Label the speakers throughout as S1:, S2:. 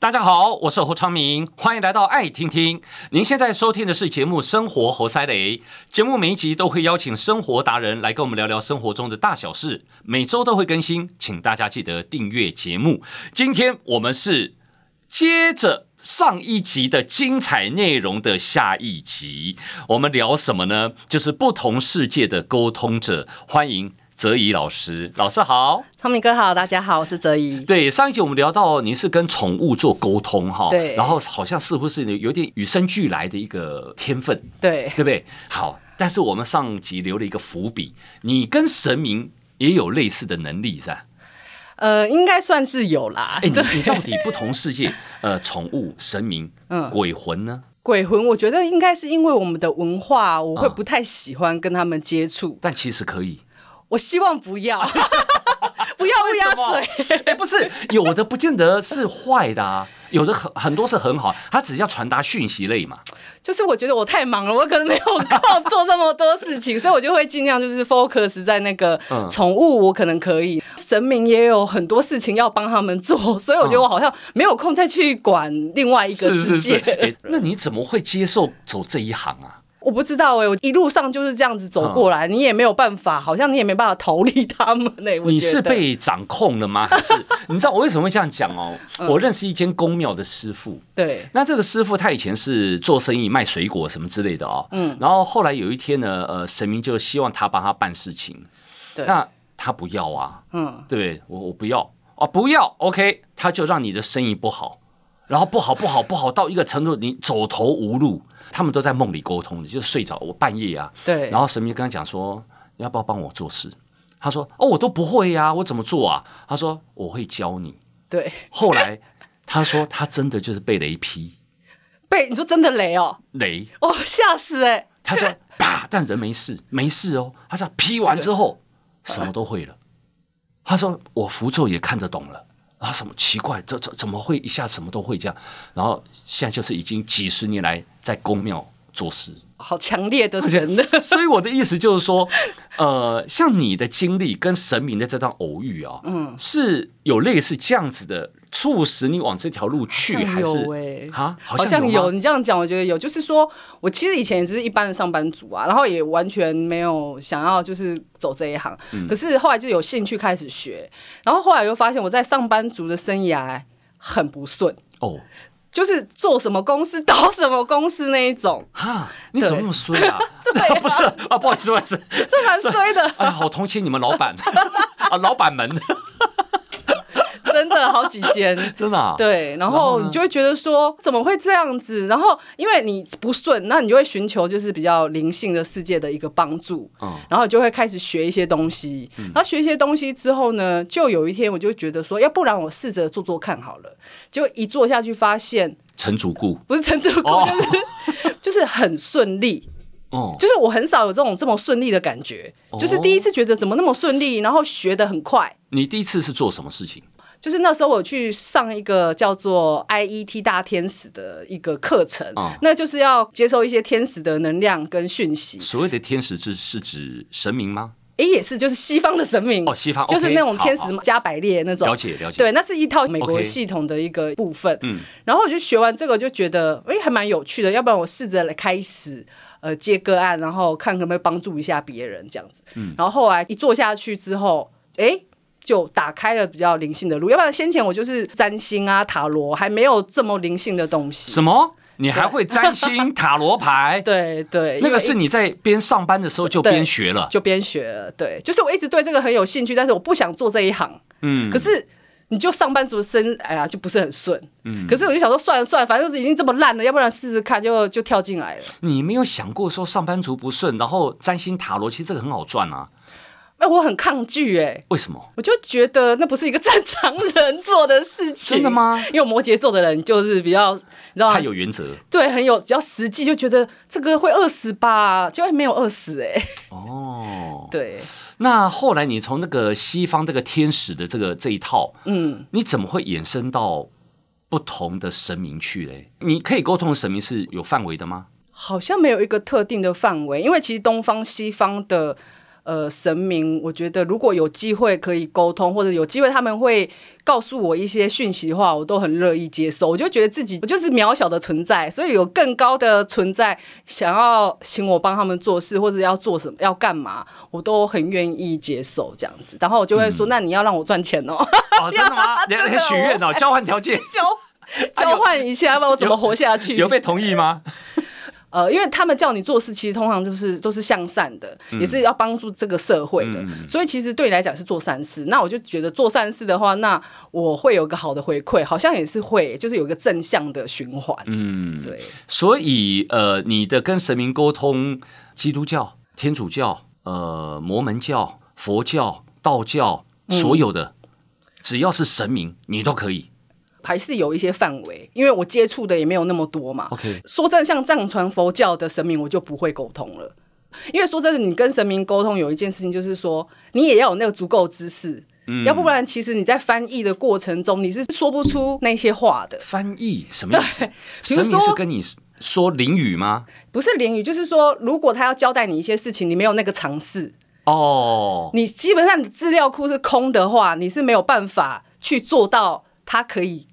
S1: 大家好，我是侯昌明，欢迎来到爱听听。您现在收听的是节目《生活侯塞雷》，节目每一集都会邀请生活达人来跟我们聊聊生活中的大小事，每周都会更新，请大家记得订阅节目。今天我们是接着上一集的精彩内容的下一集，我们聊什么呢？就是不同世界的沟通者，欢迎泽怡老师，老师好。
S2: 聪明哥好，大家好，我是泽怡。
S1: 对，上一集我们聊到您是跟宠物做沟通哈，
S2: 对
S1: 然后好像似乎是有点与生俱来的一个天分，
S2: 对
S1: 对，不对？好，但是我们上集留了一个伏笔，你跟神明也有类似的能力是吧？
S2: 呃，应该算是有啦。
S1: 哎，你
S2: 对，
S1: 你到底不同世界，呃，宠物、神明、
S2: 嗯
S1: 鬼魂呢？
S2: 鬼魂，我觉得应该是因为我们的文化，我会
S1: 嗯
S2: 不太喜欢跟他们接触。
S1: 但其实可以，
S2: 我希望 不要，不要乌鸦嘴。
S1: 嘴。哎，不是，有的不见得是坏的啊，有的很很多是很好，它只要传达讯息类嘛。
S2: 就是我觉得我太忙了，我可能没有空做这么多事 情，所以我就会尽量就是 focus 在那个
S1: 嗯
S2: 宠物，我可能可以。神明也有很多事情要帮他们做，所以
S1: 嗯
S2: 我觉得我好像没有空再去管另外一个世界。
S1: 哎那你怎么会接受走这一行啊？
S2: 我不知道哎、我一路上就是这样子走过来，你也没有办法，好像你也没办法逃离他们哎、我
S1: 嗯你
S2: 觉
S1: 是
S2: 得
S1: 被掌控了 吗？还是你知道我为什么会这样讲哦？
S2: 嗯
S1: 我认识一间公庙的师傅，
S2: 对
S1: 那这个师傅他以前是做生意卖水果什么之类的哦，嗯，然后后来有一天呢，呃，神明就希望他帮他办事情，
S2: 对
S1: 那他不要啊，
S2: 嗯，
S1: 对不对？我我不要啊，不要，OK，他就让你的生意不好，然后不好不好不好到一个程度，你走投无路，他们都在梦里沟通，你就睡着，我半夜啊，
S2: 对，
S1: 然后神明就跟他讲说，要不要帮我做事？他说，哦，我都不会呀、我怎么做啊？他说，我会教你。
S2: 对
S1: 后来 他说，他真的就是被雷劈
S2: 被你说真的雷哦、
S1: 雷。
S2: 哦吓死哎、
S1: 他 说，啪，但人没事，没事哦。他说劈完之后，什么都会了。他说，我符咒也看得懂了。啊，什么奇怪？这这怎么会一下什么都会这样？然后现在就是已经几十年来在宫庙做事，
S2: 好强烈的神的，
S1: 所以我的意思就是说，呃，像你的经历跟神明的这段偶遇啊、嗯，是有类似这样子的促使你往这条路去，
S2: 好像
S1: 还
S2: 有
S1: 是
S2: 欸
S1: 啊？好
S2: 好像
S1: 有吗
S2: 你这样讲，我觉得有，就是说我其实以前也只是一般的上班族啊，然后也完全没有想要就是走这一行，
S1: 嗯
S2: 可是后来就有兴趣开始学，然后后来又发现我在上班族的生涯很不顺，
S1: 哦，
S2: 就是做什么公司倒什么公司那一种，
S1: 哈，你怎么那么衰啊？
S2: 对
S1: 不是 啊，不好意思，不好意思，
S2: 这蛮衰的，
S1: 哎呀，好同情你们老板 啊，老板们，
S2: 真的好几 间。
S1: 真的、啊，，
S2: 对，然
S1: 后
S2: 后
S1: 呢
S2: 你就会觉得说怎么会这样子？然后因为你不顺，那你就会寻求就是比较灵性的世界的一个帮助，
S1: 嗯
S2: 然后你就会开始学一些东西。然后学一些东西之后呢，就有一天我就觉得说，要不然我试着做做看好了。结果一做下去，发现
S1: 陈主顾，
S2: 不是成就过，
S1: 哦
S2: 就是 就是很顺利。
S1: 哦，
S2: 就是我很少有这种这么顺利的感觉，就是第一次觉得怎么那么顺利，然后学的很快。
S1: 你第一次是做什么事情？
S2: 就是那时候我去上一个叫做 IET 大天使的一个课程，
S1: 哦
S2: 那就是要接受一些天使的能量跟讯息。
S1: 所谓的天使是是指神明吗？
S2: 诶，也是就是西方的神明
S1: 哦西方
S2: 就是
S1: OK，
S2: 那种天使
S1: 好好
S2: 加百列那种。
S1: 了解了解，
S2: 对，那是一套美国
S1: OK
S2: 系统的一个部分。嗯，然后我就学完这个，就觉得诶还蛮有趣的。要不然我试着来开始呃接个案，然后看可不可以帮助一下别人这样子。嗯，然后后来一做下去之后，诶，就打开了比较灵性的路。要不然先前我就是占星啊、塔罗，还没有这么灵性的东西。
S1: 什么？你还会占 星塔罗牌？
S2: 对对，
S1: 那
S2: 因
S1: 个
S2: 为
S1: 是你在边上班的时候就边学了。
S2: 就边学了。对，就是我一直对这个很有兴趣，但是我不想做这一行。嗯，可是你就上班族的生，哎呀，就不是很顺。嗯，可是我就想说，算了算了，反正已经这么烂了，要不然试试看，就就跳进来了。
S1: 你没有想过说上班族不顺，然后占星塔罗其实这个很好赚啊？
S2: 哎，我很抗拒哎、
S1: 为什么？
S2: 我就觉得那不是一个正常人做的事情，
S1: 真的吗？
S2: 因为摩羯座的人就是比较，你知道吗
S1: 太？有原则
S2: 对，很有比较实际，就觉得这个会饿死吧，就没有饿死哎、
S1: 哦。
S2: 对，
S1: 那后来你从那个西方这个天使的这个这一套，
S2: 嗯，
S1: 你怎么会衍生到不同的神明去嘞？你可以沟通的神明是 有范围的吗？
S2: 好像没有一个特定的范围，因为其实东方西方的呃神明，我觉得如果有机会可以沟通，或者有机会他们会告诉我一些讯息的话，我都很乐意接受。我就觉得自己我就是渺小的存在，所以有更高的存在想要请我帮他们做事，或者要做什么要干嘛，我都很愿意接受这样子。然后我就会说，那你要让我赚钱哦，
S1: 哦，真的吗？连连许愿哦，交换条件
S2: 交交换一下，不然我怎么活下 去？
S1: 有被同意吗？
S2: 呃，因为他们叫你做事，其实通常就是都是向善的，也是要帮助这个社会的，所以其实对你来讲是做善事。那我就觉得做善事的话，那我会有个好的回馈，好像也是会，就是有一个正向的循环。嗯，对，
S1: 所以呃，你的跟神明沟通，基督教、天主教、呃摩门教、佛教、道教，所有的、只要是神明，你都可以。
S2: 还是有一些范围，因为我接触的也没有那么多嘛。
S1: OK，
S2: 说真的，像藏传佛教的神明，我就不会沟通了。因为说真的，你跟神明沟通有一件事情，就是说你也要有那个足够知识，要不然其实你在翻译的过程中，你是说不出那些话的。
S1: 翻译什么意思？
S2: 比如
S1: 神明是
S2: 说
S1: 跟你说淋雨吗？
S2: 不是淋雨，就是说，如果他要交代你一些事情，你没有那个尝试，
S1: 哦，
S2: 你基本上你资料库是空的话，你是没有办法去做到他可以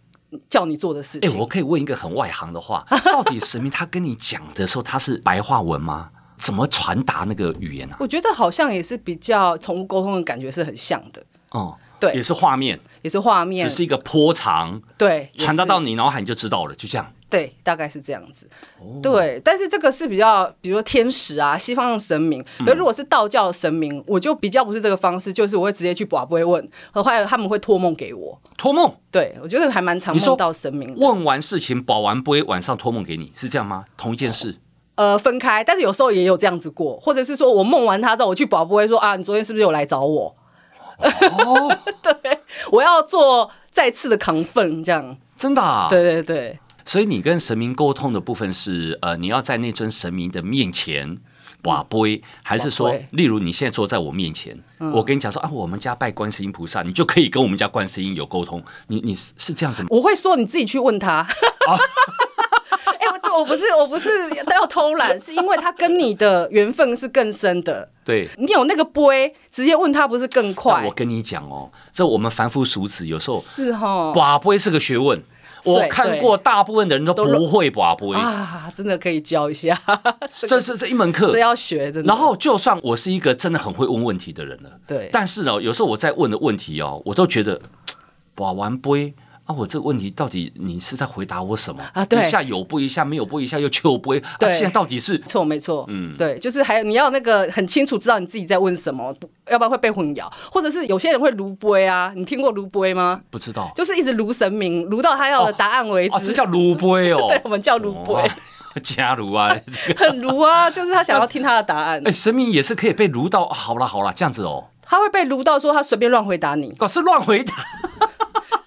S2: 叫你做的事
S1: 哎、
S2: 情。
S1: 我可以问一个很外行的 话，到底神明他跟你讲的时候，他是白话文吗？怎么传达那个语言啊？
S2: 我觉得好像也是比较宠物沟通的感觉是很像的，
S1: 哦，
S2: 对
S1: 也是画面，
S2: 也是画面
S1: 只，是一个波长，
S2: 对，也
S1: 传达
S2: 是
S1: 到你脑海你就知道了，就这样。
S2: 对，大概是这样子。
S1: 哦
S2: 对，但是这个是比较，比如说天使啊，西方的神明。
S1: 嗯
S2: 而如果是道教的神明，我就比较不是这个方式，就是我会直接去卜不会问，和后来他们会托梦给我。
S1: 托梦，
S2: 对，我觉得还蛮常
S1: 你说
S2: 梦到神明的。
S1: 问完事情，保完杯，晚上托梦给你，是这样吗？同一件事。
S2: 呃，分开，但是有时候也有这样子过，或者是说我梦完他之后，我去卜不会说啊，你昨天是不是有来找我？
S1: 哦，
S2: 我要做再次的亢奋，这样。
S1: 真的、啊。
S2: 对对对。
S1: 所以你跟神明沟通的部分是，呃，你要在那尊神明的面前。瓦杯，还是说
S2: 瓦杯，
S1: 例如你现在坐在我面前，我跟你讲说啊，我们家拜观世音菩萨，你就可以跟我们家观世音有沟通。你你是是这样子吗？
S2: 我会说你自己去问他。
S1: 哦
S2: 哎、我这我不是我不是要偷懒，是因为他跟你的缘分是更深的。
S1: 对，
S2: 你有那个杯，直接问他不是更
S1: 但
S2: 快
S1: 我？跟你讲哦，这我们凡夫俗子有时候
S2: 是哈
S1: 瓦杯是个学问。
S2: 水
S1: 我看过，大部分的人都不会瓦杯，
S2: 啊，真的可以教一下，
S1: 这是这一门课
S2: 这。要学真的。
S1: 然后，就算我是一个真的很会问问题的人了，
S2: 对，
S1: 但是哦呢，有时候我在问的问题哦，我都觉得哇，完杯啊，我这个问题到底你是在回答我什么
S2: 啊对
S1: 一下有杯，一下没有杯，一下又求杯，啊，
S2: 对
S1: 现在到底是
S2: 没错没错，嗯，对，就是还有你要那个很清楚知道你自己在问什么，不要不然会被混淆。或者是有些人会卢杯啊，你听过卢杯吗？
S1: 不知道
S2: 就是一直卢神明，卢到他要的答案为止。
S1: 啊，这叫炉杯哦，
S2: 对，我们叫卢杯。
S1: 哦，加炉啊， 这个
S2: 很如啊，就是他想要听他的答案
S1: 哎，，神明也是可以被炉到，啊好啦好啦，这样子哦，
S2: 他会被撸到说他随便乱回答你，
S1: 搞是乱回答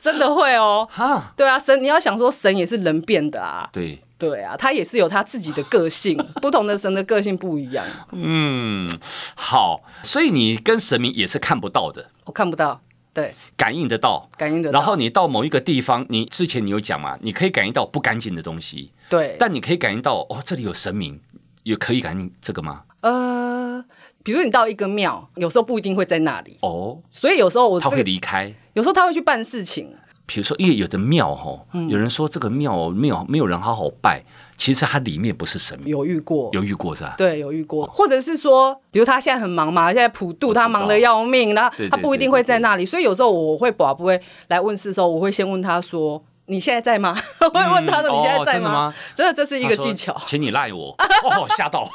S2: 真的会哦。
S1: 哈，
S2: 对啊，神你要想说神也是人变的啊，
S1: 对。
S2: 对啊，他也是有他自己的个 性，不同的神的个性不一样，
S1: 嗯，好，所以你跟神明也是看不到的，
S2: 我看不到，对，
S1: 感应得到。
S2: 感应得到，
S1: 然后你到某一个地方，你之前你有讲嘛，你可以感应到不干净的东西，
S2: 对，
S1: 但你可以感应到哦，这里有神明，也可以感应这个吗？
S2: 呃，比如说你到一个庙，有时候不一定会在那里，
S1: 哦，
S2: 所以有时候我
S1: 他会
S2: 这个
S1: 离开。
S2: 有时候他会去办事情，
S1: 比如说，因为有的庙吼，
S2: 嗯
S1: 有人说这个庙哦没有没有人好好拜，其实它里面不是神明，
S2: 有遇过，
S1: 有遇过是吧？
S2: 对，有遇过，或者是说，比如他现在很忙嘛，现在普渡
S1: 我知
S2: 他
S1: 道
S2: 忙得要命，然后
S1: 对对
S2: 他不一定会在那里，所以有时候我会把不会来问事的时候，我会先问他说：“你现在在吗？” 我会问他说：“
S1: 嗯
S2: 你现在
S1: 哦
S2: 在
S1: 真的吗
S2: 真的，这是一个
S1: 他说
S2: 技巧。
S1: 请你赖我。哦，吓 到，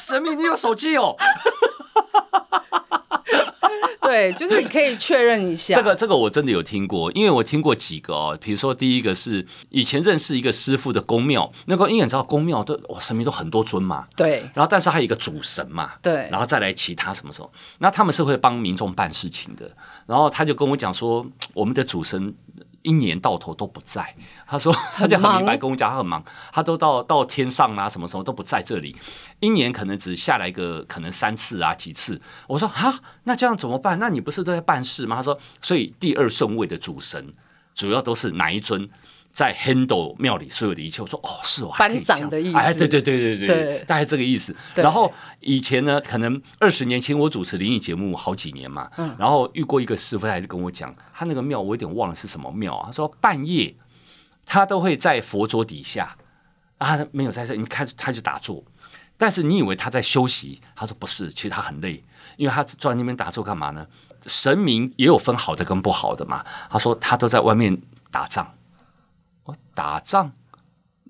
S1: 神明你有手机哦。
S2: 对，就是你可以确认一下。
S1: 这个这个我真的有听过，因为我听过几个哦，比如说第一个是以前认识一个师傅的宫庙，那个因为你知道宫庙都哇神明都很多尊嘛，
S2: 对
S1: 然后但是还有一个主神嘛，
S2: 对
S1: 然后再来其他什么时候？那他们是会帮民众办事情的。然后他就跟我讲说，我们的主神一年到头都不在。他说，他就很
S2: 忙
S1: 明白跟我讲，他很忙，他都到到天上啊，什么时候都不在这里，一年可能只下来个可能三次啊几次。我说啊，那这样怎么办？那你不是都在办事吗？他说，所以第二顺位的主神主要都是哪一尊？在 handle 庙里所有的一切。我说哦，是哦，还可以
S2: 班长
S1: 这样
S2: 的意思
S1: 哎，对对对对
S2: 对
S1: 大概这个意思。
S2: 对
S1: 然后以前呢，可能二十年前我主持灵异节目好几年嘛，
S2: 嗯
S1: 然后遇过一个师傅，他还是跟我讲，他那个庙我有点忘了是什么庙啊，他说半夜他都会在佛桌底下啊，没有在这，你看他就打坐。但是你以为他在休息，他说不是，其实他很累，因为他坐在那边打坐干嘛呢？神明也有分好的跟不好的嘛。他说他都在外面打仗，我打仗。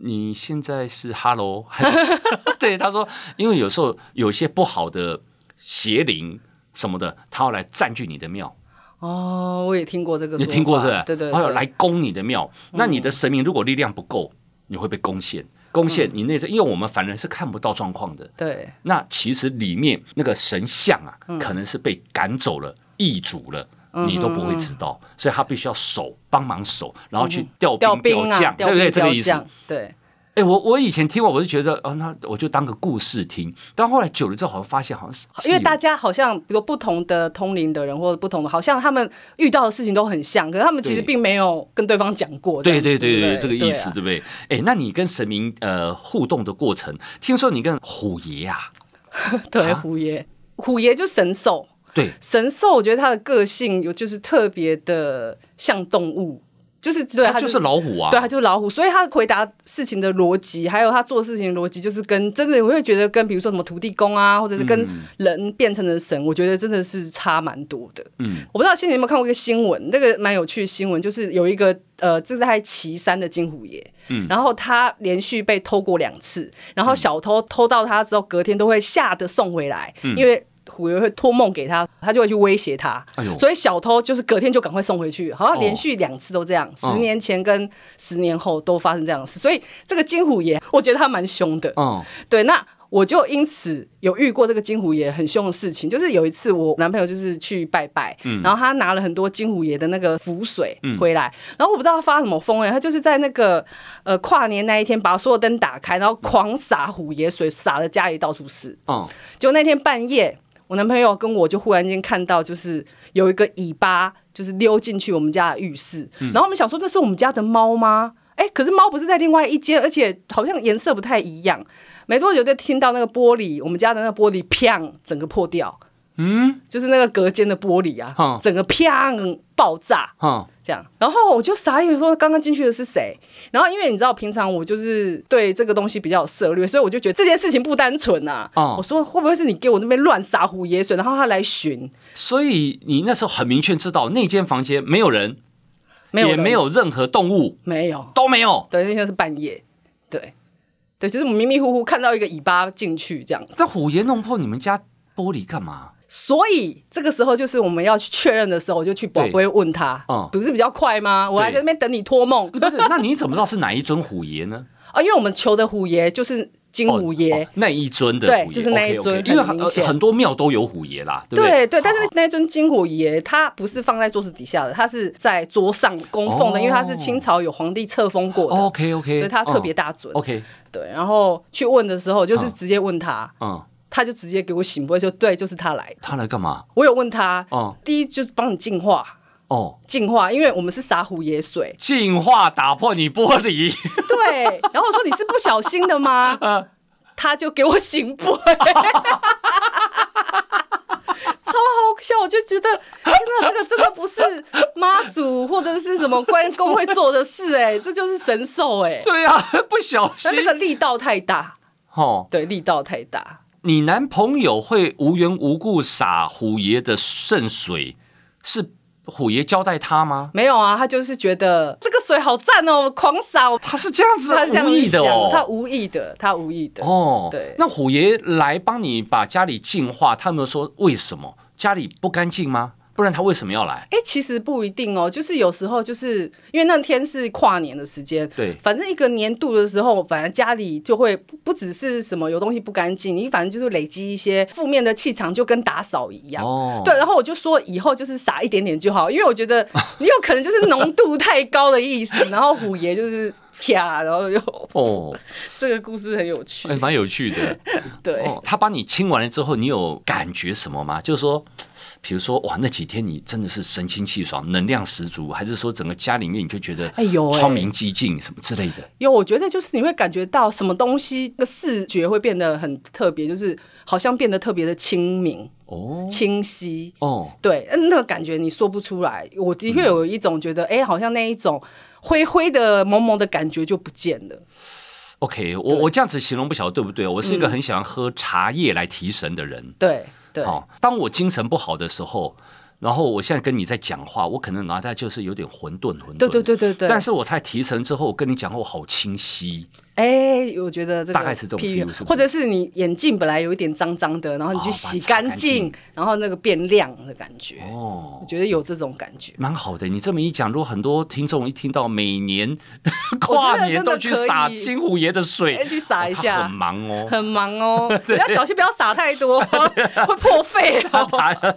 S1: 你现在是 Hello？还是 对，他说，因为有时候有些不好的邪灵什么的，他要来占据你的庙，
S2: 哦，我也听过这个说
S1: 你
S2: 法，
S1: 听过是不是？
S2: 对对，
S1: 他要
S2: 对嗯
S1: 来攻你的庙，那你的神明如果力量不够，你会被攻陷。攻
S2: 嗯
S1: 陷你内在，因为我们凡人是看不到状况的，
S2: 对
S1: 那其实里面那个神像啊，
S2: 嗯
S1: 可能是被赶走了、易主了。你都
S2: 嗯
S1: 不会知道，所以他必须要守，帮忙守，然后去调
S2: 调
S1: 兵调
S2: 啊
S1: 将，，
S2: 调
S1: 对不对？
S2: 兵
S1: 这个
S2: 调
S1: 意思。
S2: 将，对，
S1: 哎，我我以前听完我就觉得，哦，那我就当个故事听。但后来久了之后，好像发现好像是
S2: 因为
S1: 是
S2: 大家好像，比如不同的通灵的人或者不同的，好像他们遇到的事情都很像，可是他们其实
S1: 对
S2: 并没有跟对方讲过。
S1: 对
S2: 这
S1: 对对
S2: 样子对
S1: 对，
S2: 不
S1: 这个意思
S2: 对啊
S1: 对不对？哎，那你跟神明呃互动的过程，听说你跟虎爷啊，
S2: 对，虎爷，虎爷就神兽，
S1: 对，
S2: 神兽，我觉得他的个性有就是特别的像动物，就是对，
S1: 他就是老虎啊，
S2: 对，他就是老虎，所以他回答事情的逻辑，还有他做事情的逻辑，就是跟真的我会觉得跟比如说什么土地公啊，或者是跟
S1: 嗯
S2: 人变成的神，我觉得真的是差蛮多的。嗯，我不知道现在有没有看过一个新闻，那个蛮有趣的新闻，就是有一个呃，这是在岐山的金虎爷，嗯，然后他连续被偷过两次，
S1: 嗯
S2: 然后小偷偷到他之后，隔天都会吓得送回来，
S1: 嗯
S2: 因为。虎爷会托梦给他，他就会去威胁他，
S1: 哎呦
S2: 所以小偷就是隔天就赶快送回去，好像连
S1: 哦
S2: 续两次都这样，十
S1: 嗯
S2: 年前跟十年后都发生这样的事，所以这个金虎爷，我觉得他蛮凶的。
S1: 嗯，
S2: 对，那我就因此有遇过这个金虎爷很凶的事情，就是有一次我男朋友就是去拜拜，然后他拿了很多金虎爷的那个符水回来，然后我不知道他发什么疯哎、他就是在那个呃跨年那一天把所有灯打开，然后狂洒虎爷水，洒的家里到处是。
S1: 嗯，
S2: 就那天半夜，我男朋友跟我就忽然间看到，就是有一个尾巴，就是溜进去我们家的浴室，然后我们想说那是我们家的猫吗？哎，可是猫不是在另外一间，而且好像颜色不太一样。没多久就听到那个玻璃，我们家的那个玻璃砰，整个破掉。嗯，就是那个隔间的玻璃啊
S1: 哦，
S2: 整个砰爆炸。
S1: 嗯，
S2: 这样，然后我就傻眼说刚刚进去的是谁？然后因为你知道平常我就是对这个东西比较有涉略，所以我就觉得这件事情不单纯啊。
S1: 哦
S2: 我说会不会是你给我那边乱撒虎野水，然后他来巡？
S1: 所以你那时候很明确知道那间房间没有人，
S2: 没有
S1: 也
S2: 人
S1: 没有任何动物，
S2: 没有，
S1: 都没有。
S2: 对，那天是半夜，对对，就是我迷迷糊糊看到一个尾巴进去这样子。
S1: 这虎爷弄破你们家玻璃干嘛？
S2: 所以这个时候就是我们要去确认的时候，我就去宝贝问他，
S1: 哦
S2: 不是比较快吗？我还在那边等你托梦
S1: 不是，那你怎么知道是哪一尊虎爷呢？
S2: 啊，因为我们求的虎爷就是金虎爷。
S1: 哦那一尊的虎
S2: 对
S1: 爷
S2: 就是那一
S1: OK，OK，
S2: 尊
S1: 因为
S2: 很
S1: 很
S2: 明显
S1: 呃很多庙都有虎爷啦，对不
S2: 对
S1: 对？
S2: 但是
S1: 好
S2: 那尊金虎爷他不是放在桌子底下的，他是在桌上供奉的，
S1: 哦
S2: 因为他是清朝有皇帝册封过的，
S1: 好 OK
S2: 所
S1: OK，
S2: 以他特别大尊。
S1: 哦嗯 OK，
S2: 对，然后去问的时候，就是直接问他，
S1: 嗯，
S2: 他就直接给我醒过来说，对，就是他来的。
S1: 他来干嘛？
S2: 我有问他，
S1: 哦
S2: 第一就是帮你净化。
S1: 哦，，
S2: 净化，因为我们是洒虎野水
S1: 净化打破你玻璃，
S2: 对。然后我说你是不小心的吗？
S1: 嗯
S2: 他就给我醒 波，超好笑，我就觉得天哪，这个真的不是妈祖或者是什么关公会做的事哎、这就是神兽哎、
S1: 对呀、啊，不小心
S2: 但那个力道太大，
S1: 哦。
S2: 对，力道太大，
S1: 你男朋友会无缘无故洒虎爷的圣水，是虎爷交代他吗？
S2: 没有啊，他就是觉得这个水好赞哦、狂洒，
S1: 他是这样子，
S2: 他是这样
S1: 无
S2: 子
S1: 意的
S2: 想，
S1: 哦，
S2: 他无意的，他无意的，
S1: 哦，
S2: 对
S1: 那虎爷来帮你把家里净化，他有没有说为什么家里不干净吗？不然他为什么要来？
S2: 哎、其实不一定哦，就是有时候就是因为那天是跨年的时间，
S1: 对
S2: 反正一个年度的时候，反正家里就会不不只是什么有东西不干净，你反正就是累积一些负面的气场，就跟打扫一样。
S1: 哦，
S2: 对，，然后我就说以后就是撒一点点就好，因为我觉得你有可能就是浓度太高的意思，然后虎爷就是啪，然后就
S1: 哦，
S2: 这个故事很有趣
S1: 哎、，蛮有趣的。哦
S2: 对，
S1: 哦，他帮你清完了之后，你有感觉什么吗？就是说，比如说，哇，那几几天你真的是神清气爽、能量十足，还是说整个家里面你就觉得
S2: 哎有哎
S1: 窗明几净什么之类的？
S2: 有，我觉得就是你会感觉到什么东西，那个视觉会变得很特别，就是好像变得特别的清明、
S1: 哦
S2: 清晰。
S1: 哦，
S2: 对，嗯那个感觉你说不出来。我的
S1: 嗯
S2: 确有一种觉得，哎、好像那一种灰灰的、蒙蒙的感觉就不见了。
S1: OK，我我这样子形容不晓得对不对？我是一个很喜欢喝茶叶来提神的人。
S2: 对嗯对，
S1: 好、当我精神不好的时候，然后我现在跟你在讲话，我可能脑袋就是有点混沌混沌。
S2: 对对对对对。
S1: 但是我在提神之后，我跟你讲话我好清晰。
S2: 哎、我觉得这个
S1: 大概是这种
S2: 譬
S1: feel，
S2: 喻
S1: 是不是
S2: 或者是你眼镜本来有一点脏脏的，然后你
S1: 哦
S2: 去洗
S1: 把它擦
S2: 干
S1: 干
S2: 净，然后那个变亮的感觉，
S1: 哦
S2: 我，觉得有这种感觉。
S1: 蛮好的。你这么一讲，如果很多听众一听到每年
S2: 我觉
S1: 跨
S2: 得
S1: 年
S2: 真的
S1: 都去
S2: 可以
S1: 撒金虎爷的水
S2: 哎，，去撒一
S1: 他
S2: 下，
S1: 很忙哦。
S2: 很忙哦， 你要小心不要撒太多，会破费哦。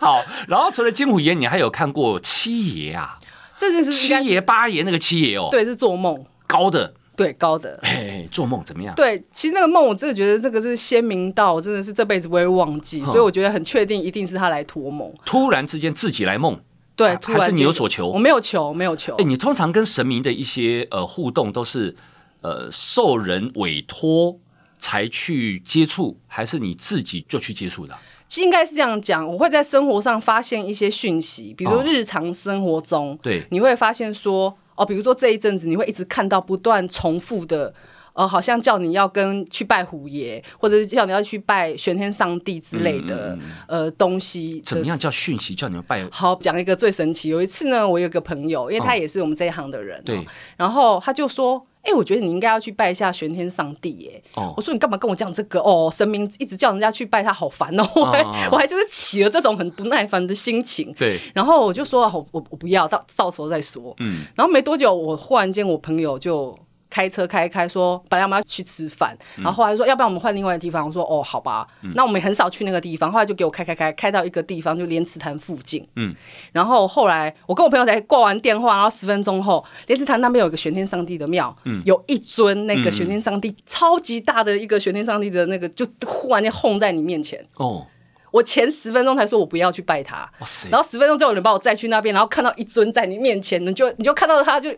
S1: 好，然后除了金虎爷，你还有看过七爷啊？
S2: 这就是
S1: 七
S2: 嗯应该是
S1: 爷八爷那个七爷哦，
S2: 对，是做梦，
S1: 高的，
S2: 对高的，
S1: 哎，做梦怎么样？
S2: 对。其实那个梦，我真的觉得这个是鲜明到，我真的是这辈子不会忘记，
S1: 嗯
S2: 所以我觉得很确定，一定是他来托梦。
S1: 突然之间自己来梦，
S2: 对
S1: 还，
S2: 突然
S1: 啊还是你
S2: 间
S1: 有所求
S2: 我没有求，没有求
S1: 哎、。你通常跟神明的一些呃互动都是呃受人委托才去接触，还是你自己就去接触的啊？
S2: 其实应该是这样讲，我会在生活上发现一些讯息，比如
S1: 哦
S2: 说日常生活中，
S1: 对
S2: 你会发现说，哦，比如说这一阵子你会一直看到不断重复的。呃，好像叫你要跟去拜虎爷，或者是叫你要去拜玄天上帝之类
S1: 嗯
S2: 的、呃东西的
S1: 怎么样叫讯息叫你们拜？
S2: 好，讲一个最神奇。有一次呢，我有一个朋友，因为他也是我们这一行的人、
S1: 哦对，
S2: 然后他就说：“哎、我觉得你应该要去拜一下玄天上帝。”耶。
S1: 哦
S2: 我说：“你干嘛跟我讲这个？哦，神明一直叫人家去拜他，好烦哦！我还、
S1: 哦哦
S2: 我还就是起了这种很不耐烦的心情。”
S1: 对，
S2: 然后我就说：“哦，我我不要，到到时候再说。”
S1: 嗯，
S2: 然后没多久，我忽然间我朋友就。开车开一开说，本来我们要去吃饭，然后后来说，要不然我们换另外的地方。我说哦，好吧，那我们也很少去那个地方。后来就给我开开开开到一个地方，就莲池潭附近。
S1: 嗯
S2: 嗯，然后后来我跟我朋友才挂完电话，然后十分钟后，莲池潭那边有一个玄天上帝的庙，有一尊那个玄天上帝、超级大的一个玄天上帝的那个，就忽然间轰在你面前。
S1: 哦，
S2: 我前十分钟才说我不要去拜他，
S1: 哇塞，
S2: 然后十分钟之后有人把我载去那边，然后看到一尊在你面前，你就你就看到他就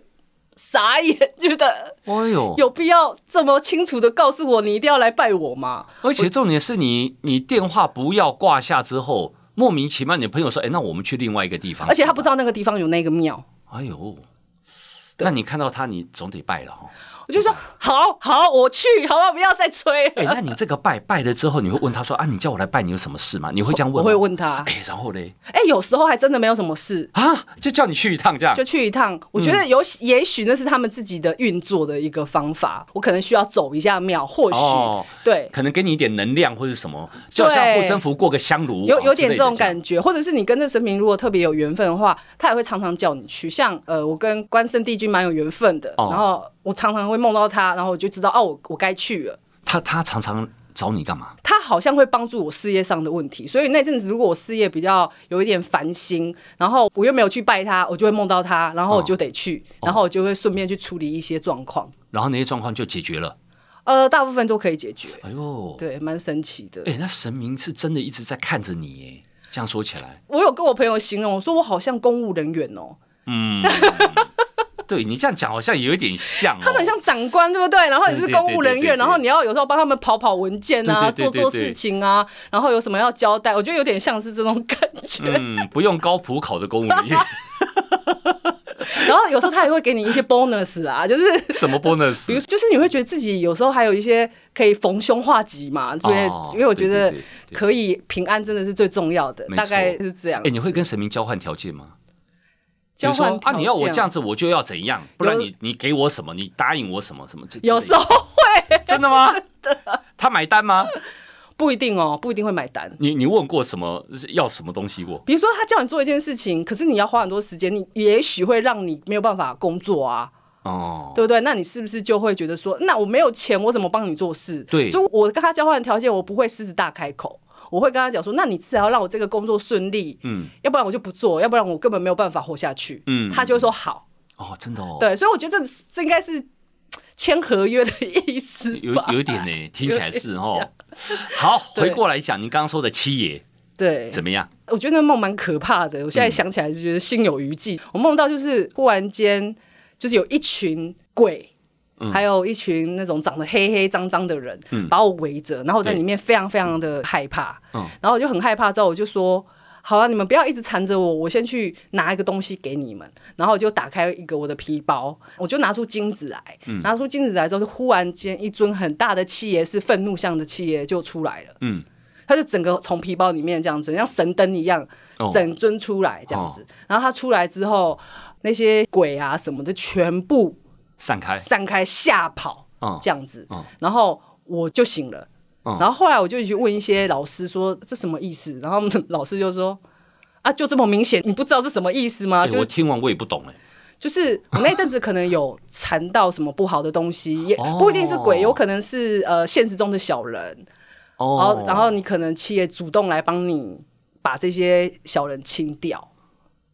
S2: 傻眼，觉得
S1: 哎呦，
S2: 有必要这么清楚的告诉我你一定要来拜我吗？
S1: 而且重点是你你电话不要挂下之后，莫名其妙你朋友说，哎，那我们去另外一个地方，
S2: 而且他不知，道那个地方有那个庙，
S1: 哎呦。那你看到他，你总得拜了哈、哦。
S2: 我就说好好我去，好吧，不要再吹
S1: 哎、
S2: 了。
S1: 那你这个拜拜了之后，你会问他说啊，你叫我来拜，你有什么事吗？你会这样问
S2: 我
S1: 吗？
S2: 会问他，
S1: 哎、然后嘞，
S2: 哎、有时候还真的没有什么事，
S1: 啊，嗯就叫你去一趟这样。
S2: 就去一趟。我觉得有，也许那是他们自己的运作的一个方法。我可能需要走一下庙，或许、
S1: 哦
S2: 对，
S1: 可能给你一点能量或是什么，就好像护身符过个香炉，
S2: 有
S1: 哦
S2: 有点这种
S1: 之类的
S2: 感觉，或者是你跟这神明如果特别有缘分的话，他也会常常叫你去。像呃，我跟关圣帝君蛮有缘分的，
S1: 哦
S2: 然后我常常会梦到他，然后我就知道哦，我我该去了。
S1: 这样。他他常常找你干嘛？
S2: 他好像会帮助我事业上的问题，所以那阵子如果我事业比较有一点烦心，然后我又没有去拜他，我就会梦到他，然后我
S1: 哦
S2: 就得去，然后我就会顺便去处理一些状况。
S1: 然后那些状况就解决了。
S2: 呃，大部分都可以解决，
S1: 哎呦，
S2: 对，蛮神奇的。
S1: 哎、那神明是真的一直在看着你耶。这样说起来，
S2: 我有跟我朋友形容，我说我好像公务人员哦、
S1: 嗯，对你这样讲好像有一点像、哦，
S2: 他们像长官，对不对？然后你是公务
S1: 对对对
S2: 人
S1: 对对
S2: 员，然后你要有时候帮他们跑跑文件啊，
S1: 对对对
S2: 做
S1: 对
S2: 做事情啊，然后有什么要交代，我觉得有点像是这种感觉。
S1: 嗯，不用高普考的公务人员，
S2: 然后有时候他也会给你一些 bonus 啊，就是
S1: 什么 bonus？
S2: 比如就是你会觉得自己有时候还有一些可以逢凶化吉嘛，所以
S1: 哦
S2: 因为我觉得
S1: 对对对对
S2: 可以平安真的是最重要的
S1: 没，错
S2: 大概是这样
S1: 哎、。你会跟神明交换条件吗？
S2: 交换
S1: 比如说啊，你要我
S2: 条件
S1: 这样子，我就要怎样，不然
S2: 有
S1: 你你给我什么，你答应我什么什么这之类的。
S2: 有时候
S1: 真的吗？ 他买单吗？
S2: 不一定哦，不一定会买单。
S1: 你你问过什么要什么东西过？
S2: 比如说他叫你做一件事情，可是你要花很多时间，你也许会让你没有办法工作啊。
S1: 哦，
S2: 对不对？那你是不是就会觉得说，那我没有钱，我怎么帮你做事？
S1: 对
S2: 所以我跟他交换的条件，我不会狮子大开口，我会跟他讲说，那你至少要让我这个工作顺利，
S1: 嗯，
S2: 要不然我就不做，要不然我根本没有办法活下去，
S1: 嗯
S2: 他就会说好，
S1: 哦，真的哦，，
S2: 对，所以我觉得这这应该是签合约的 意思
S1: 有
S2: 吧，
S1: 有一点呢，听起来是
S2: 有点
S1: 哦。好，
S2: 对
S1: 回过来讲，您刚刚说的七爷
S2: 对，
S1: 怎么样？
S2: 我觉得那梦蛮可怕的，我
S1: 嗯
S2: 现在想起来就觉得心有余悸。我梦到就是忽然间，就是有一群鬼。
S1: 嗯
S2: 还有一群那种长得黑黑脏脏的人，把我围着，然后我在里面非常非常的害怕，
S1: 嗯
S2: 然后我就很害怕，之后我就说。好啊，你们不要一直缠着我，我先去拿一个东西给你们。然后我就打开一个我的皮包，我就拿出金子来，
S1: 嗯
S2: 拿出金子来之后，就忽然间一尊很大的气爷，是愤怒像的气爷就出来了。
S1: 嗯
S2: 他就整个从皮包里面这样子，像神灯一样
S1: 哦，
S2: 整尊出来这样子。然后他出来之后，那些鬼啊什么的全部
S1: 散开，
S2: 散开吓跑
S1: 嗯，
S2: 这样子
S1: 嗯，
S2: 然后我就醒了。
S1: 嗯
S2: 然后后来我就去问一些老师说这什么意思，然后他们老师就说啊，就这么明显，你不知道是什么意思吗？
S1: 哎
S2: 啊就
S1: 我
S2: 是
S1: 听完我也不懂哎，
S2: 就是我那阵子可能有缠到什么不好的东西，也
S1: 哦
S2: 不一定是鬼，有可能是呃现实中的小人，然
S1: 哦
S2: 后然后你可能企业主动来帮你把这些小人清掉，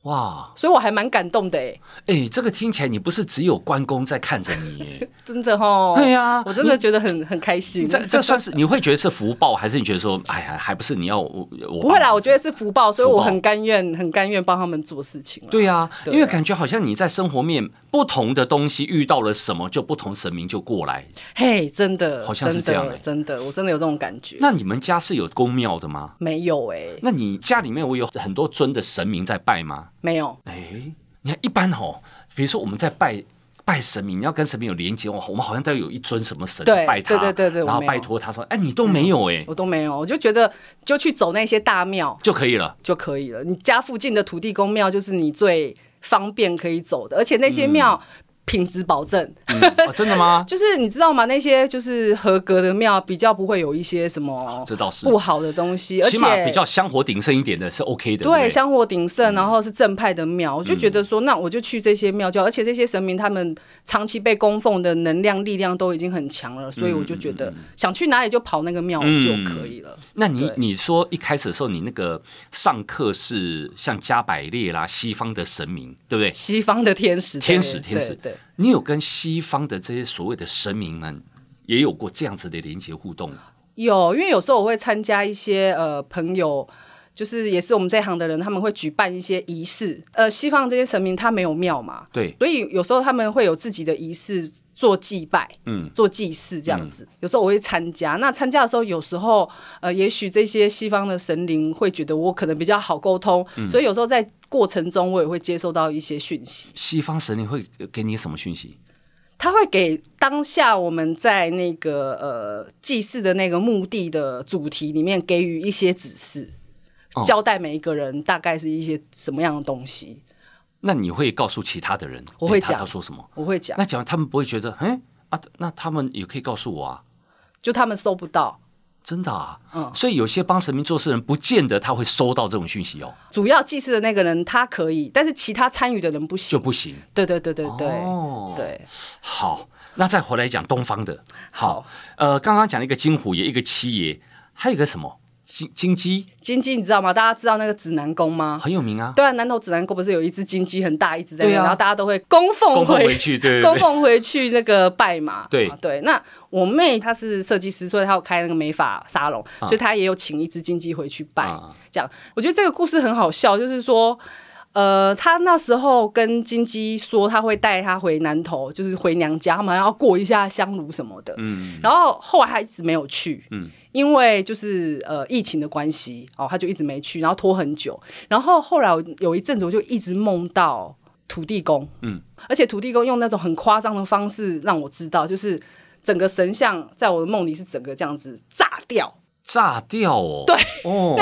S1: 哇，
S2: 所以我还蛮感动的哎，
S1: 哎，这个听起来你不是只有关公在看着你 哎，
S2: 真的哦，
S1: 对呀
S2: 我真的觉得很很开心。
S1: 这这算是你会觉得是福报，还是你觉得说，哎呀，还不是你要我我
S2: 不会啦，我觉得是福报，所以
S1: 福
S2: 我
S1: 报
S2: 很甘愿，很甘愿帮他们做事情啦
S1: 对呀、
S2: 对啊
S1: 因为感觉好像你在生活面不同的东西遇到了什么，就不同神明就过来。
S2: 嘿，真的，
S1: 好像是这样欸
S2: 真的，真的，我真的有这种感觉。
S1: 那你们家是有宫庙的吗？
S2: 没有哎、
S1: 那你家里面我有很多尊的神明在拜吗？
S2: 没有，
S1: 哎，你看一般哦，比如说我们在拜。拜神明，你要跟神明有连接哦。我们好像都有一尊什么神
S2: 对
S1: 拜他，
S2: 对对对对
S1: 然
S2: 我
S1: 后
S2: 没有嗯
S1: 拜托他说：“哎，你都没有哎、
S2: 我都没有，我就觉得就去走那些大庙
S1: 就可以了。
S2: 就可以了。你家附近的土地公庙就是你最方便可以走的，而且那些庙。
S1: 嗯
S2: 品质保证，
S1: 哦”真的 吗？
S2: 就是你知道吗？那些就是合格的庙，比较不会有一些什么
S1: 这倒啊是，
S2: 不好的东西，而且
S1: 起码比较香火鼎盛一点的是 OK 的。
S2: 对，
S1: 对不对，嗯
S2: 香火鼎盛，然后是正派的庙，我就觉得说，那我就去这些庙就好，而且这些神明他们长期被供奉的能量、力量都已经很强了，所以我就觉得想去哪里就跑那个庙
S1: 嗯
S2: 就可以了。
S1: 那你
S2: 对
S1: 你说一开始的时候，你那个上课是像加百列啦，西方的神明，对不对？
S2: 西方的天使，对
S1: 天使
S2: 对
S1: 天使
S2: 对，
S1: 你有跟西方的这些所谓的神明们也有过这样子的连接互动？
S2: 有，因为有时候我会参加一些呃朋友。就是也是我们这行的人，他们会举办一些仪式。呃，西方这些神明他没有庙嘛，
S1: 对，
S2: 所以有时候他们会有自己的仪式做祭拜，
S1: 嗯，
S2: 做祭祀这样子。有时候我会参加，那参加的时候，有时候呃，也许这些西方的神灵会觉得我可能比较好沟通，
S1: 嗯
S2: 所以有时候在过程中我也会接收到一些讯息，
S1: 西方神灵会给你什么讯息？
S2: 他会给当下我们在那个呃祭祀的那个目的的主题里面给予一些指示。
S1: 哦
S2: 交代每一个人大概是一些什么样的东西，
S1: 那你会告诉其他的人？
S2: 我会
S1: 哎他
S2: 讲
S1: 他说什么？
S2: 我会讲，
S1: 那讲他们不会觉得，哎啊，那他们也可以告诉我啊，
S2: 就他们收不到，
S1: 真的啊。
S2: 嗯
S1: 所以有些帮神明做事的人，不见得他会收到这种讯息哦，
S2: 主要祭祀的那个人他可以，但是其他参与的人不
S1: 就
S2: 行。
S1: 不行。
S2: 对对对对对、
S1: 哦
S2: 对，
S1: 好，那再回来讲东方的。好，呃，刚刚讲了一个金虎爷，一个七爷，还有一个什么金金鸡，
S2: 金鸡你知道吗？大家知道那个指南宫吗？
S1: 很有名啊。
S2: 对啊，南头指南宫不是有一只金鸡很大一只在
S1: 对
S2: 那边，
S1: 啊
S2: 然后大家都会供奉
S1: 供奉
S2: 回
S1: 回去，对对
S2: 供
S1: 对，
S2: 奉回去那个拜嘛。
S1: 对
S2: 啊对，那我妹她是设计师，所以她有开那个美发沙龙，所以她也有请一只金鸡回去拜。
S1: 啊
S2: 这样，我觉得这个故事很好笑，就是说。呃，她那时候跟金鸡说，她会带她回南头，就是回娘家，他们要过一下香炉什么的。嗯，然后后来她一直没有去，嗯，因为就是呃疫情的关系，哦，她就一直没去，然后拖很久。然后后来我有一阵子，我就一直梦到土地公，而且土地公用那种很夸张的方式让我知道，就是整个神像在我的梦里是整个这样子炸掉。
S1: 炸掉哦，对， 哦。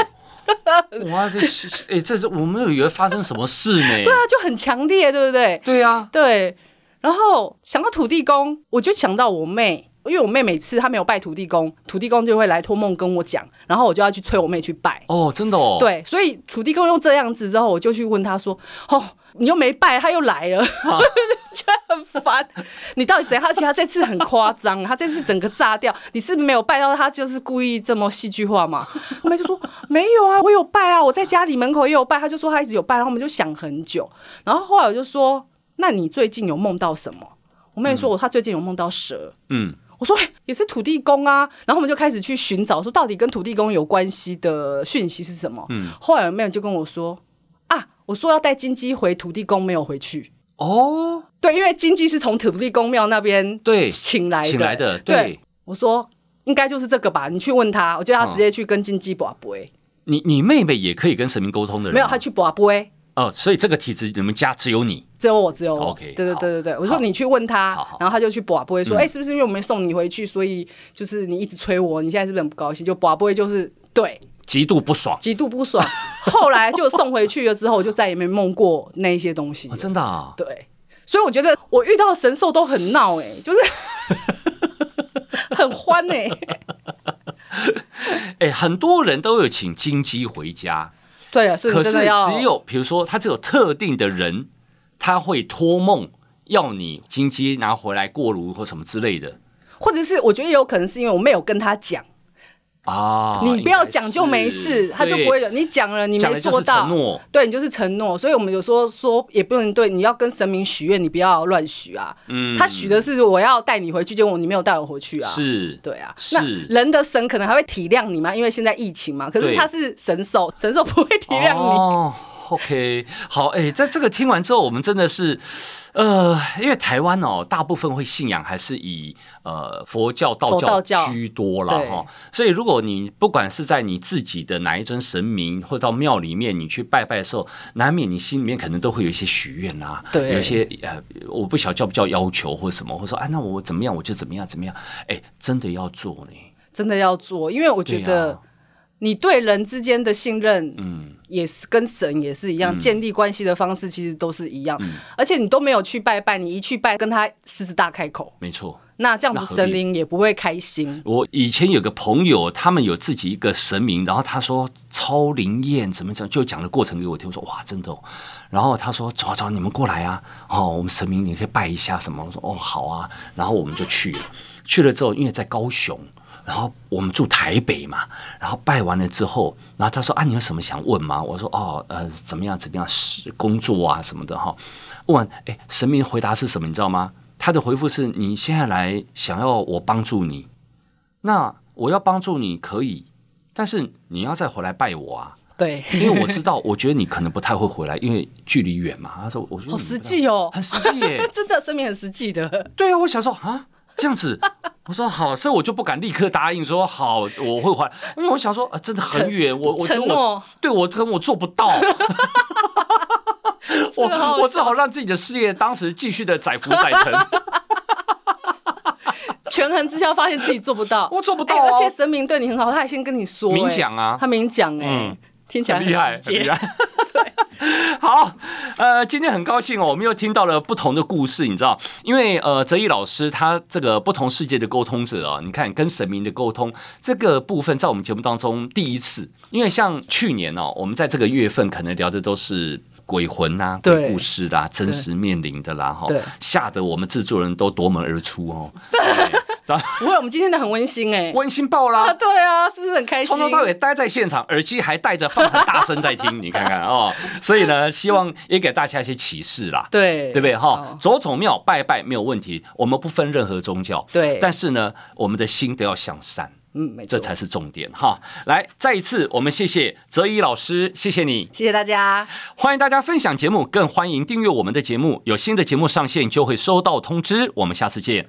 S1: 哇，这是哎，这是我们有以为发生什么事呢？对啊
S2: 那就很强烈，对不对？
S1: 对啊，
S2: 对。然后想到土地公，我就想到我妹，因为我妹每次她没有拜土地公，土地公就会来托梦跟我讲，然后我就要去催我妹去拜。
S1: 哦，真的哦，，
S2: 对，所以土地公用这样子之后，我就去问他说：“哦，你又没拜，他又来了， 就很烦。你到底怎样？而且他这次很夸张，他这次整个炸掉。你是没有拜到他，就是故意这么戏剧化嘛？”我妹就说：“没有啊，我有拜啊，我在家里门口也有拜。”他就说他一直有拜，然后我们就想很久。然后后来我就说：“那你最近有梦到什么？”我妹说：“我她最近有梦到蛇。”
S1: 嗯，
S2: 我说、哎也是土地公啊，然后我们就开始去寻找说到底跟土地公有关系的讯息是什么。
S1: 嗯
S2: 后来有妹就跟我说啊，我说要带金鸡回土地公，没有回去。
S1: 哦，
S2: 对，因为金鸡是从土地公庙那边
S1: 对
S2: 请来的，
S1: 请来的
S2: 对，
S1: 对
S2: 我说应该就是这个吧，你去问他，我叫他
S1: 嗯
S2: 直接去跟金鸡卜卜，
S1: 你你妹妹也可以跟神明沟通的人吗，
S2: 没有他去卜卜。
S1: 哦，所以这个体质你们家只有你
S2: 只有我，只有我。
S1: OK，
S2: 对对
S1: 好
S2: 对对对，我说
S1: 好
S2: 你去问他
S1: 好好，
S2: 然后他就去卜卜会说，
S1: 嗯
S2: 哎、是不是因为我没送你回去，所以就是你一直催我，你现在是不是很不高兴？就卜卜会就是对
S1: 极度不爽，
S2: 极度不爽。 后来就送回去了之后，我就再也没梦过那一些东西了。
S1: 哦真的啊，
S2: 对，所以我觉得我遇到神兽都很闹，哎， 就是很欢哎、
S1: 哎，很多人都有请金鸡回家，
S2: 对啊，所
S1: 可是只有比如说他只有特定的人，他会托梦要你金鸡拿回来过炉或什么之类的
S2: 或者是我觉得有可能是因为我没有跟他讲，
S1: 啊，
S2: 你不要讲
S1: 应该
S2: 就没事，他就不
S1: 对
S2: 会有。你讲了，你
S1: 讲
S2: 没
S1: 的就
S2: 做
S1: 是
S2: 到
S1: 承，诺。
S2: 对你就是承诺，所以我们有时候说也不能对你要跟神明许愿，你不要乱许啊。
S1: 嗯
S2: 他许的是我要带你回去，结果你没有带我回去啊。，
S1: 是，
S2: 对啊。
S1: 是
S2: 那人的神可能还会体谅你嘛，因为现在疫情嘛。可是
S1: 对
S2: 他是神兽， 神兽不会体谅你。
S1: 哦 OK，好，哎、在这个听完之后，我们真的是，呃，因为台湾哦，大部分会信仰还是以呃佛教、道
S2: 佛道教
S1: 教居多啦。
S2: 对
S1: 哈。所以，如果你不管是在你自己的哪一尊神明，或到庙里面你去拜拜的时候，难免你心里面可能都会有一些许愿啊，
S2: 对
S1: 有一些呃，我不晓得叫不叫要求或什么，或说啊，那我怎么样我就怎么样怎么样，哎、真的要做呢，
S2: 真的要做，因为我觉
S1: 对
S2: 得
S1: 啊
S2: 你对人之间的信任，嗯，也是跟神也是
S1: 嗯
S2: 一样，建立关系的方式其实都是一样，而且你都没有去拜拜，你一去拜跟他狮子大开口，
S1: 没错。
S2: 那这样
S1: 那
S2: 子
S1: 何必
S2: 神灵也不会开心。
S1: 我以前有个朋友，他们有自己一个神明，然后他说超灵验，怎么怎么，就讲了过程给我听。我说哇，真的、哦。然后他说走啊走啊，你们过来啊，哦，我们神明你可以拜一下什么。我说哦好啊，然后我们就去了。去了之后，因为在高雄，然后我们住台北嘛，然后拜完了之后，然后他说啊，你有什么想问吗？我说哦，呃，怎么样怎么样，是工作啊什么的哈、问完，哎，神明回答是什么？你知道吗？他的回复是你现在来想要我帮助你，那我要帮助你可以，但是你要再回来拜我 啊，
S2: 对，
S1: 因为我知道，我觉得你可能不太会回来，因为距离远嘛。他说，我觉得
S2: 好
S1: 你
S2: 实
S1: 不太
S2: 际哦，
S1: 很实际耶。
S2: 真的生命很实际的。
S1: 对啊，我想说啊，这样子，我说好，所以我就不敢立刻答应说好，我会回来，因为我想说啊，真的很远，我我觉得
S2: 承
S1: 我
S2: 诺
S1: 对我跟我做不 到。我
S2: 真的好
S1: 我只好让自己的事业当时继续的载浮载沉，
S2: 权衡之下，发现自己做不到，
S1: 我做不到
S2: 哎
S1: 啊
S2: 而且神明对你很好，他还先跟你说、哎
S1: 明讲啊
S2: 他明讲哎、
S1: 嗯
S2: 听起来
S1: 很厉害，
S2: 直
S1: 很
S2: 接
S1: 厉 害。好，呃，今天很高兴哦，我们又听到了不同的故事，你知道，因为呃，泽毅老师他这个不同世界的沟通者啊、你看跟神明的沟通这个部分，在我们节目当中第一次，因为像去年哦，我们在这个月份可能聊的都是。鬼魂呐、啊，
S2: 对
S1: 鬼故事啦、真实面临的啦，哈
S2: 对，
S1: 吓得我们制作人都夺门而出 哦，
S2: 不会，我们今天的很温馨哎、
S1: 温馨爆啦
S2: 啊，！对啊，是不是很开心？
S1: 从头到尾待在现场，耳机还戴着，放很大声在 听，你看看哦。所以呢，希望也给大家一些启示啦，
S2: 对，
S1: 对不对哈
S2: 哦？
S1: 走走庙拜拜没有问题，我们不分任何宗教，
S2: 对
S1: 但是呢，我们的心都要向善，
S2: 嗯，没
S1: 这
S2: 错，
S1: 才是重点哈。来，再一次我们谢谢泽一老师，谢谢你。
S2: 谢谢大家，
S1: 欢迎大家分享节目，更欢迎订阅我们的节目。有新的节目上线就会收到通知。我们下次见。